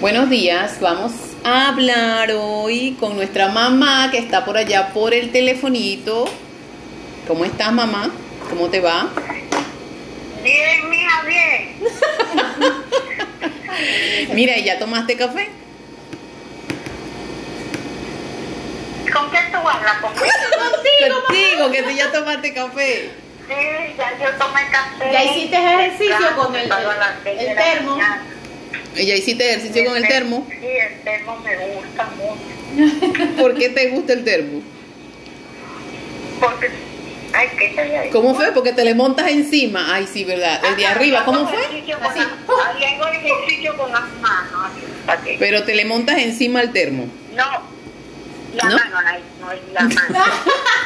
Buenos días, vamos a hablar hoy con nuestra mamá que está por allá por el telefonito. ¿Cómo estás, mamá? ¿Cómo te va? Bien, mija, bien. Mira, ¿y ¿ya tomaste café? ¿Con quién tú hablas? ¿Con quién? Contigo, que tú ya tomaste café. Sí, ya yo tomé café. Ya hiciste ejercicio Temprano, con el- estaba a las seis el de la termo. mañana. ¿Y ¿Ya hiciste ejercicio con el te- termo? Sí, el termo me gusta mucho. ¿Por qué te gusta el termo? Porque, ay, ¿qué te voy a decir? ¿Cómo fue? Porque te le montas encima. Ay, sí, ¿verdad? El de Ajá, arriba, ¿cómo hago fue? ejercicio con Así. las- Ahí hago ejercicio con las manos. así, para que- Pero te le montas encima al termo. No, la ¿No? mano, la, no es la mano.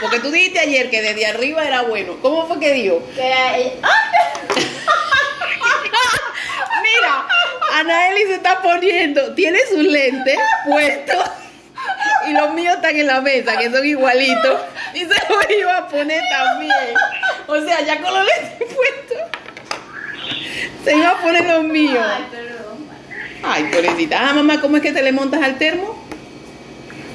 Porque tú dijiste ayer que desde arriba era bueno. ¿Cómo fue que dijo? Que era ella- Mira, Anaeli se está poniendo, tiene sus lentes puestos y los míos están en la mesa, que son igualitos, y se los iba a poner también. O sea, ya con los lentes puestos, se iba a poner los míos. Ay, perdón. Ay, pobrecita. Ah, mamá, ¿cómo es que te le montas al termo?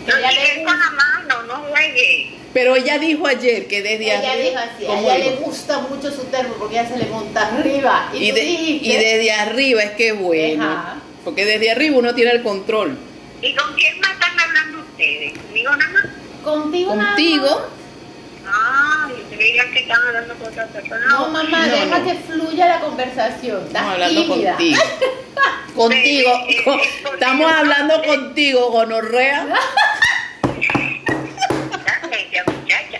No Ella le tienes con la mano, no juegues. Pero ella dijo ayer que desde Ella arriba. dijo así, a ¿cómo ella dijo? le gusta mucho su termo porque ella se le monta arriba. Y, Y, tú de- dijiste, y desde arriba es que es bueno. Ajá. Porque desde arriba uno tiene el control. ¿Y con quién más están hablando ustedes? ¿Conmigo nada más? contigo nada más. Contigo. Ah, yo creía que están hablando con otra persona. No, mamá, No, deja no. que fluya la conversación. Estamos Estás hablando tímida. contigo. Contigo. Eh, eh, con- eh, Estamos contigo. hablando contigo, gonorrea. Ya, ya, muchacha.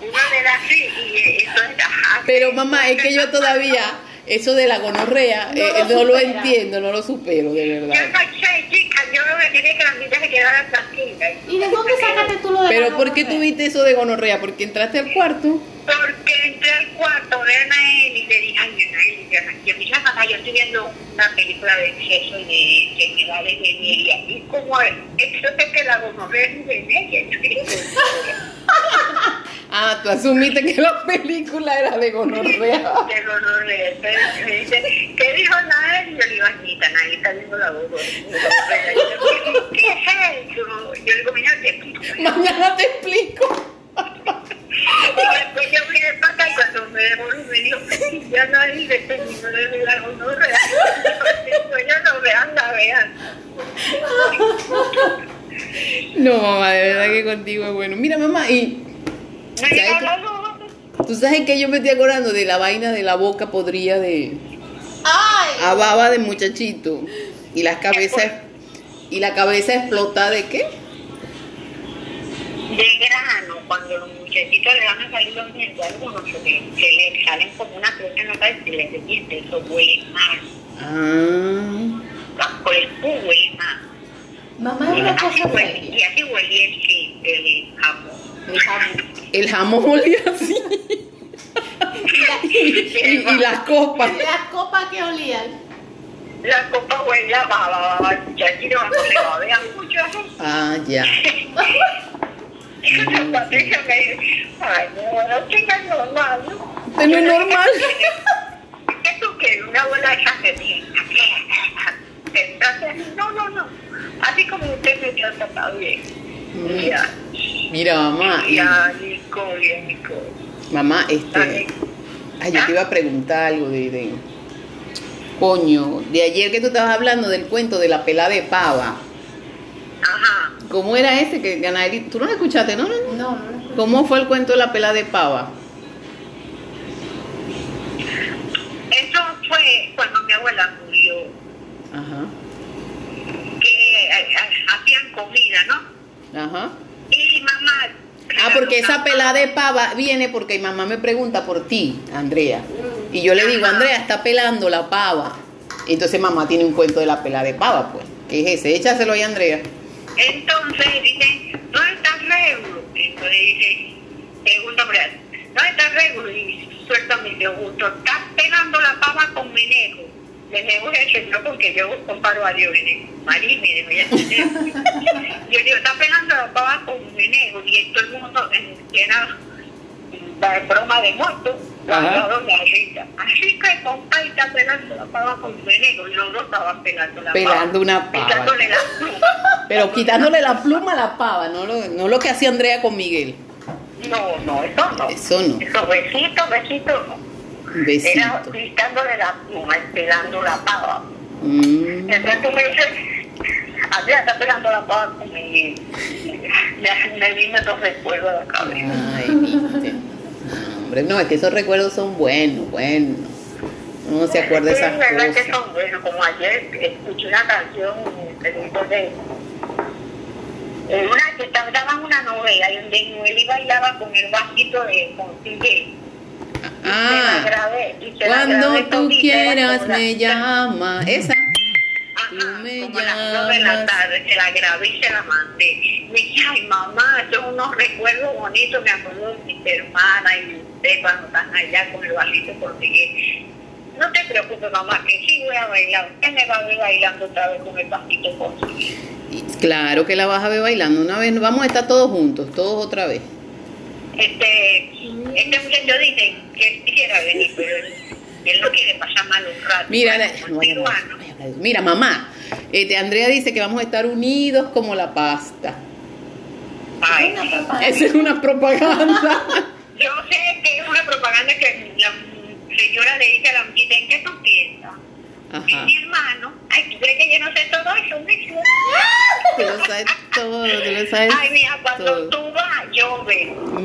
Uno le da así y eh, eso es ajá. Pero mamá, es que yo todavía, eso de la gonorrea, No eh, lo no, lo supera. entiendo, no lo supero, de Yo verdad. soy chica, yo lo que quería es que la niña se quedara tranquila. ¿Y de dónde sacaste tú lo de la Pero ¿por qué gonorrea? tuviste eso de gonorrea? Porque entraste al cuarto. Porque entré al cuarto de Anael y le dije, ay, Anael, yo no quiero". Me dice, mamá, yo estoy viendo una película de exceso y de generales de media. Y como es, eso es que la gonorrea es de media. Yo dije, Ah, tú asumiste que la película era de gonorrea. de gonorrea. Entonces me dice, ¿qué dijo Anael? Y yo le digo, Anita, Anael está viendo la gonorrea. Y yo, ¿Qué es eso? Yo le digo, mira, te explico. Mañana te explico. Y después yo fui de pata y cuando me devolví me dijo, ya no hay de término de la gonorrea. Yo no vean, la vean. No, mamá, de verdad que contigo es bueno. Mira, mamá, y Me ¿Sabes dijo, qué? no, no, no. tú sabes que yo me estoy acordando de la vaina de la boca podría de... ¡Ay! a baba de muchachito y las cabezas y la cabeza explota de qué De grano, cuando los muchachitos le van a salir los dientes, algunos se le, se le salen como una cruz en la cabeza y les dientes, eso huele mal. ah Bajo el cu huele mal. Mamá es una Así cosa huele, seria. y así huele el sí, el jamón. El jamón. el jamón olía así y, y las copas Las copas que olían. La copa huele a baba, baba, el muchachito cuando le babean mucho ¿eh? así. ah ya Patricia me dice, ay, no, no tengas normal, ¿no? Esto no es normal ¿Qué tú quieres? Una bola de chaquetita. Entonces, no, no, no. Así como usted me trata está bien. Mm. Ya, mira mamá y- ya, Nico, bien, Nico. mamá este ay, yo te iba a preguntar algo de, de- coño de ayer que tú estabas hablando del cuento de la pelada de pava Ajá. cómo era ese que Ganaeli tú no lo escuchaste no, no, no. No, no las cómo fue el cuento de la pelada de pava Eso fue cuando mi abuela murió, ajá que eh, hacían comida, ¿no? ajá Y mamá. Ah, porque esa pelada pelada de pava viene porque mi mamá me pregunta por ti, Andrea. Y yo le digo, Andrea, está pelando la pava. Entonces mamá tiene un cuento de la pelada de pava, pues. ¿Qué es ese? Échaselo ahí, Andrea. Entonces dice, ¿dónde está Regulo? Entonces dice, pregunta por ahí, ¿dónde está Regulo? Y suéltame, yo gusto, está pegando la pava con Menego. Menego es el señor con que yo comparo a Diógenes. Marín, me dijo, ya Yo digo, está pegando la pava con Menego. Y todo el mundo en plena mm, broma de muerto Los Ajá. dos la risa. Así que compa está pelando la pava con veneno y los dos estaban pelando la Pelando pava. una pava. Quitándole la pluma. Pero quitándole la pluma a la pava, no lo, no lo que hacía Andrea con Miguel. No, no, eso no. Eso no. Eso, besito, besito, no. Era Besito. quitándole la pluma y pelando la pava. Mm. Entonces tú me dices, Andrea está pelando la pava con Miguel. Me, me vino esos recuerdos a la cabeza. Ay, viste. Hombre, no, es que esos recuerdos son buenos, buenos. Uno no se acuerda de Sí, esas la verdad que cosas. son buenos. Como ayer escuché una canción entonces, eh, una que cantaban una novela y donde Noel bailaba con el vasito de Contigue. Ah, cuando tú quieras me llama. Esa. tú me como a las dos de la llamas. tarde, se la grabé y se la mandé. Me dije, ay mamá, son unos recuerdos bonitos, me acuerdo de mis hermanas y de usted cuando están allá con el vasito Contigue. No te preocupes mamá, que sí voy a bailar. Usted me va a ver bailando otra vez con el vasito Contigue. Y Claro que la vas a ver bailando una vez. Vamos a estar todos juntos, todos otra vez. Este, este muchacho dice que él quisiera venir, pero él, él no quiere pasar mal un rato. Mira, Bueno, la- como no, es ya no, peruano. ya no, mira, mamá. este, Andrea dice que vamos a estar unidos como la pasta. Ay, Una sí. propaganda. Esa es una propaganda. Yo sé que es una propaganda que la señora le dice a la amiguita, ¿en qué tú piensas? Es Ajá. mi hermano. Ay, ¿tú crees que yo no sé todo eso? mijo? Tú lo sabes todo, tú lo sabes. Ay, mija, todo. cuando tú vas, yo vengo.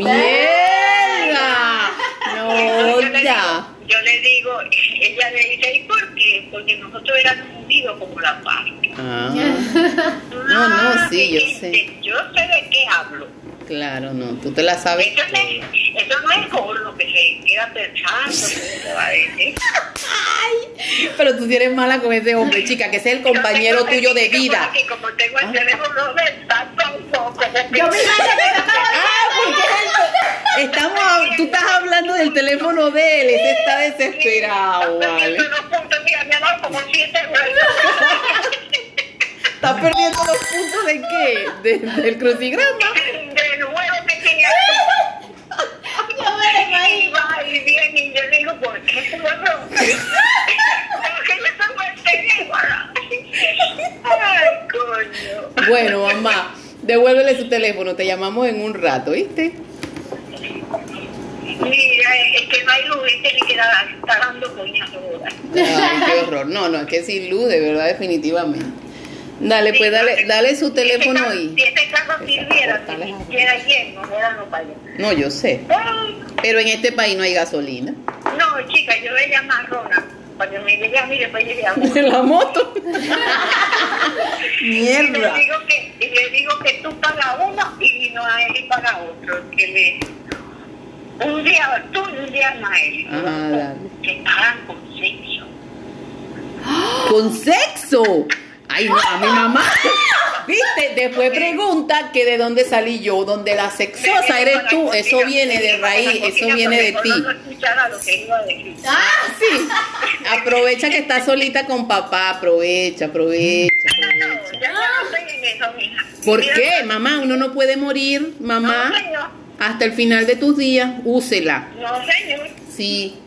¡Mierda! No, Entonces yo, le Oh, ya. digo, yo le digo, ella le dice, ¿y por qué? Porque nosotros éramos unidos como la paz. Ah, Ah, No, no, sí, yo sé. este, Yo sé de qué hablo. claro, no, tú te la sabes. Entonces, toda. eso no es con lo que se queda pensando, que se va a decir. Pero tú tienes mala con ese hombre, chica, que ese es el compañero Yo tengo tuyo de que- vida. Ah. Porque como tengo el teléfono de tanto un poco, porque- Yo me imaginé que te estaba Ah, porque es el- estamos, hab- tú estás hablando del teléfono de él, ese está desesperado, Ah, vale. Entonces, esos puntos, mira, me ha dado como siete vueltas. Está perdiendo los puntos de qué? De- del crucigrama. De nuevo me tenía Yo y me lo imagino. va y viene y yo le digo, ¿por qué se borró? ¿Por qué me tomó el teléfono? Ay, coño. Bueno, mamá, devuélvele su teléfono, te llamamos en un rato, ¿viste? Mira, es que no hay luz, este le queda está dando coñazo ahora. Ay, qué horror. No, no, es que sin luz, de verdad, definitivamente. Dale, pues dale, dale su teléfono Si y. este carro sirviera, Cortale si la- quisiera lleno, ahora no vaya. No, yo sé. Ay, Pero en este país no hay gasolina. No, chica, yo le llamo a Rona, para que me pues llegue a mí y después llegue a vos. De la moto. Y le Mierda. digo que, y le digo que tú pagas uno y no a él paga otro. Que le, un día tú y un día más él. Ah, dale. Que pagan con sexo. Con sexo. Ay, no, a mi mamá. Viste, después pregunta que de dónde salí yo, donde la sexosa eres tú. Eso viene de raíz, eso viene de ti. No escuchara lo que iba a decir. Ah, Sí. Aprovecha que estás solita con papá. Aprovecha, aprovecha, aprovecha. No, ya no estoy en eso, mija. ¿Por Mira, qué? Mamá, uno no puede morir, mamá. No, señor. Hasta el final de tus días, úsela. No, señor. Sí.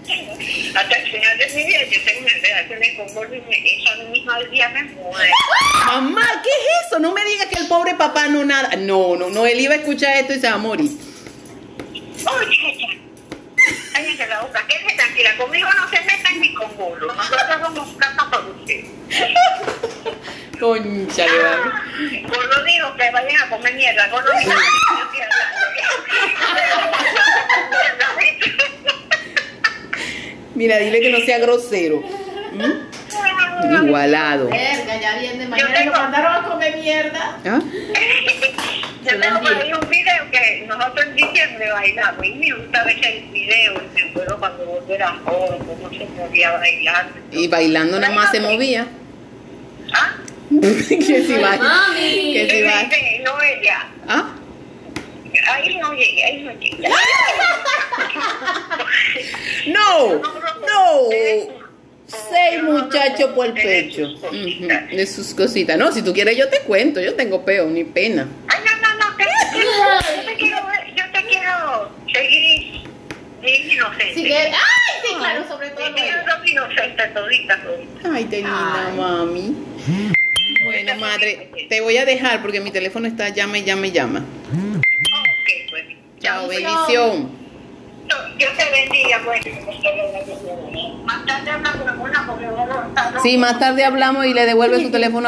Hasta el final de mi vida yo tengo una relación con Gordo y me- esa misma día me muero. Mamá, ¿qué es eso? No me digas que el pobre papá no nada. No, no, no. Él iba a escuchar esto y se va a morir. Oye, ya. Cállate la boca, quédese tranquila. Conmigo no se metan ni con Gordo. Nosotros somos casa para usted. Concha, le va. Gordo digo que vayan a comer mierda. Gordo digo que yo estoy Mira, dile que no sea grosero. ¿Mm? hablando. Igualado. verga, ya viene Yo mañana. tengo- Lo mandaron a comer mierda. ¿Ah? Yo tengo por ahí un video que nosotros en diciembre bailamos y me gusta ver el video y me acuerdo cuando vos eras joven, cómo se movía bailando. Y bailando nada más se movía. ¿Ah? que si va. Mami. Que si va. Dice, no ella, ¿Ah? ahí no llegué, ahí no llegué. No, no. Seis muchachos por el pecho. Ujú, Ay, De sus cositas. No, si tú quieres yo te cuento, yo tengo peo, ni pena. no, no, no, que- que- yo te quiero, ver, yo te quiero seguir bien inocente. Así que, ay, sí, claro, sobre todo lo Ellas son inocentes toditas, toditas. Ay, te linda, Ay. mami. Bueno, madre, te voy a dejar porque mi teléfono está llama y llama y llama. Ok, pues. Chao, Chao. bendición. Dios te bendiga, pues. Más tarde hablamos con una porque vamos a estar- Sí, más tarde hablamos y le devuelve su teléfono a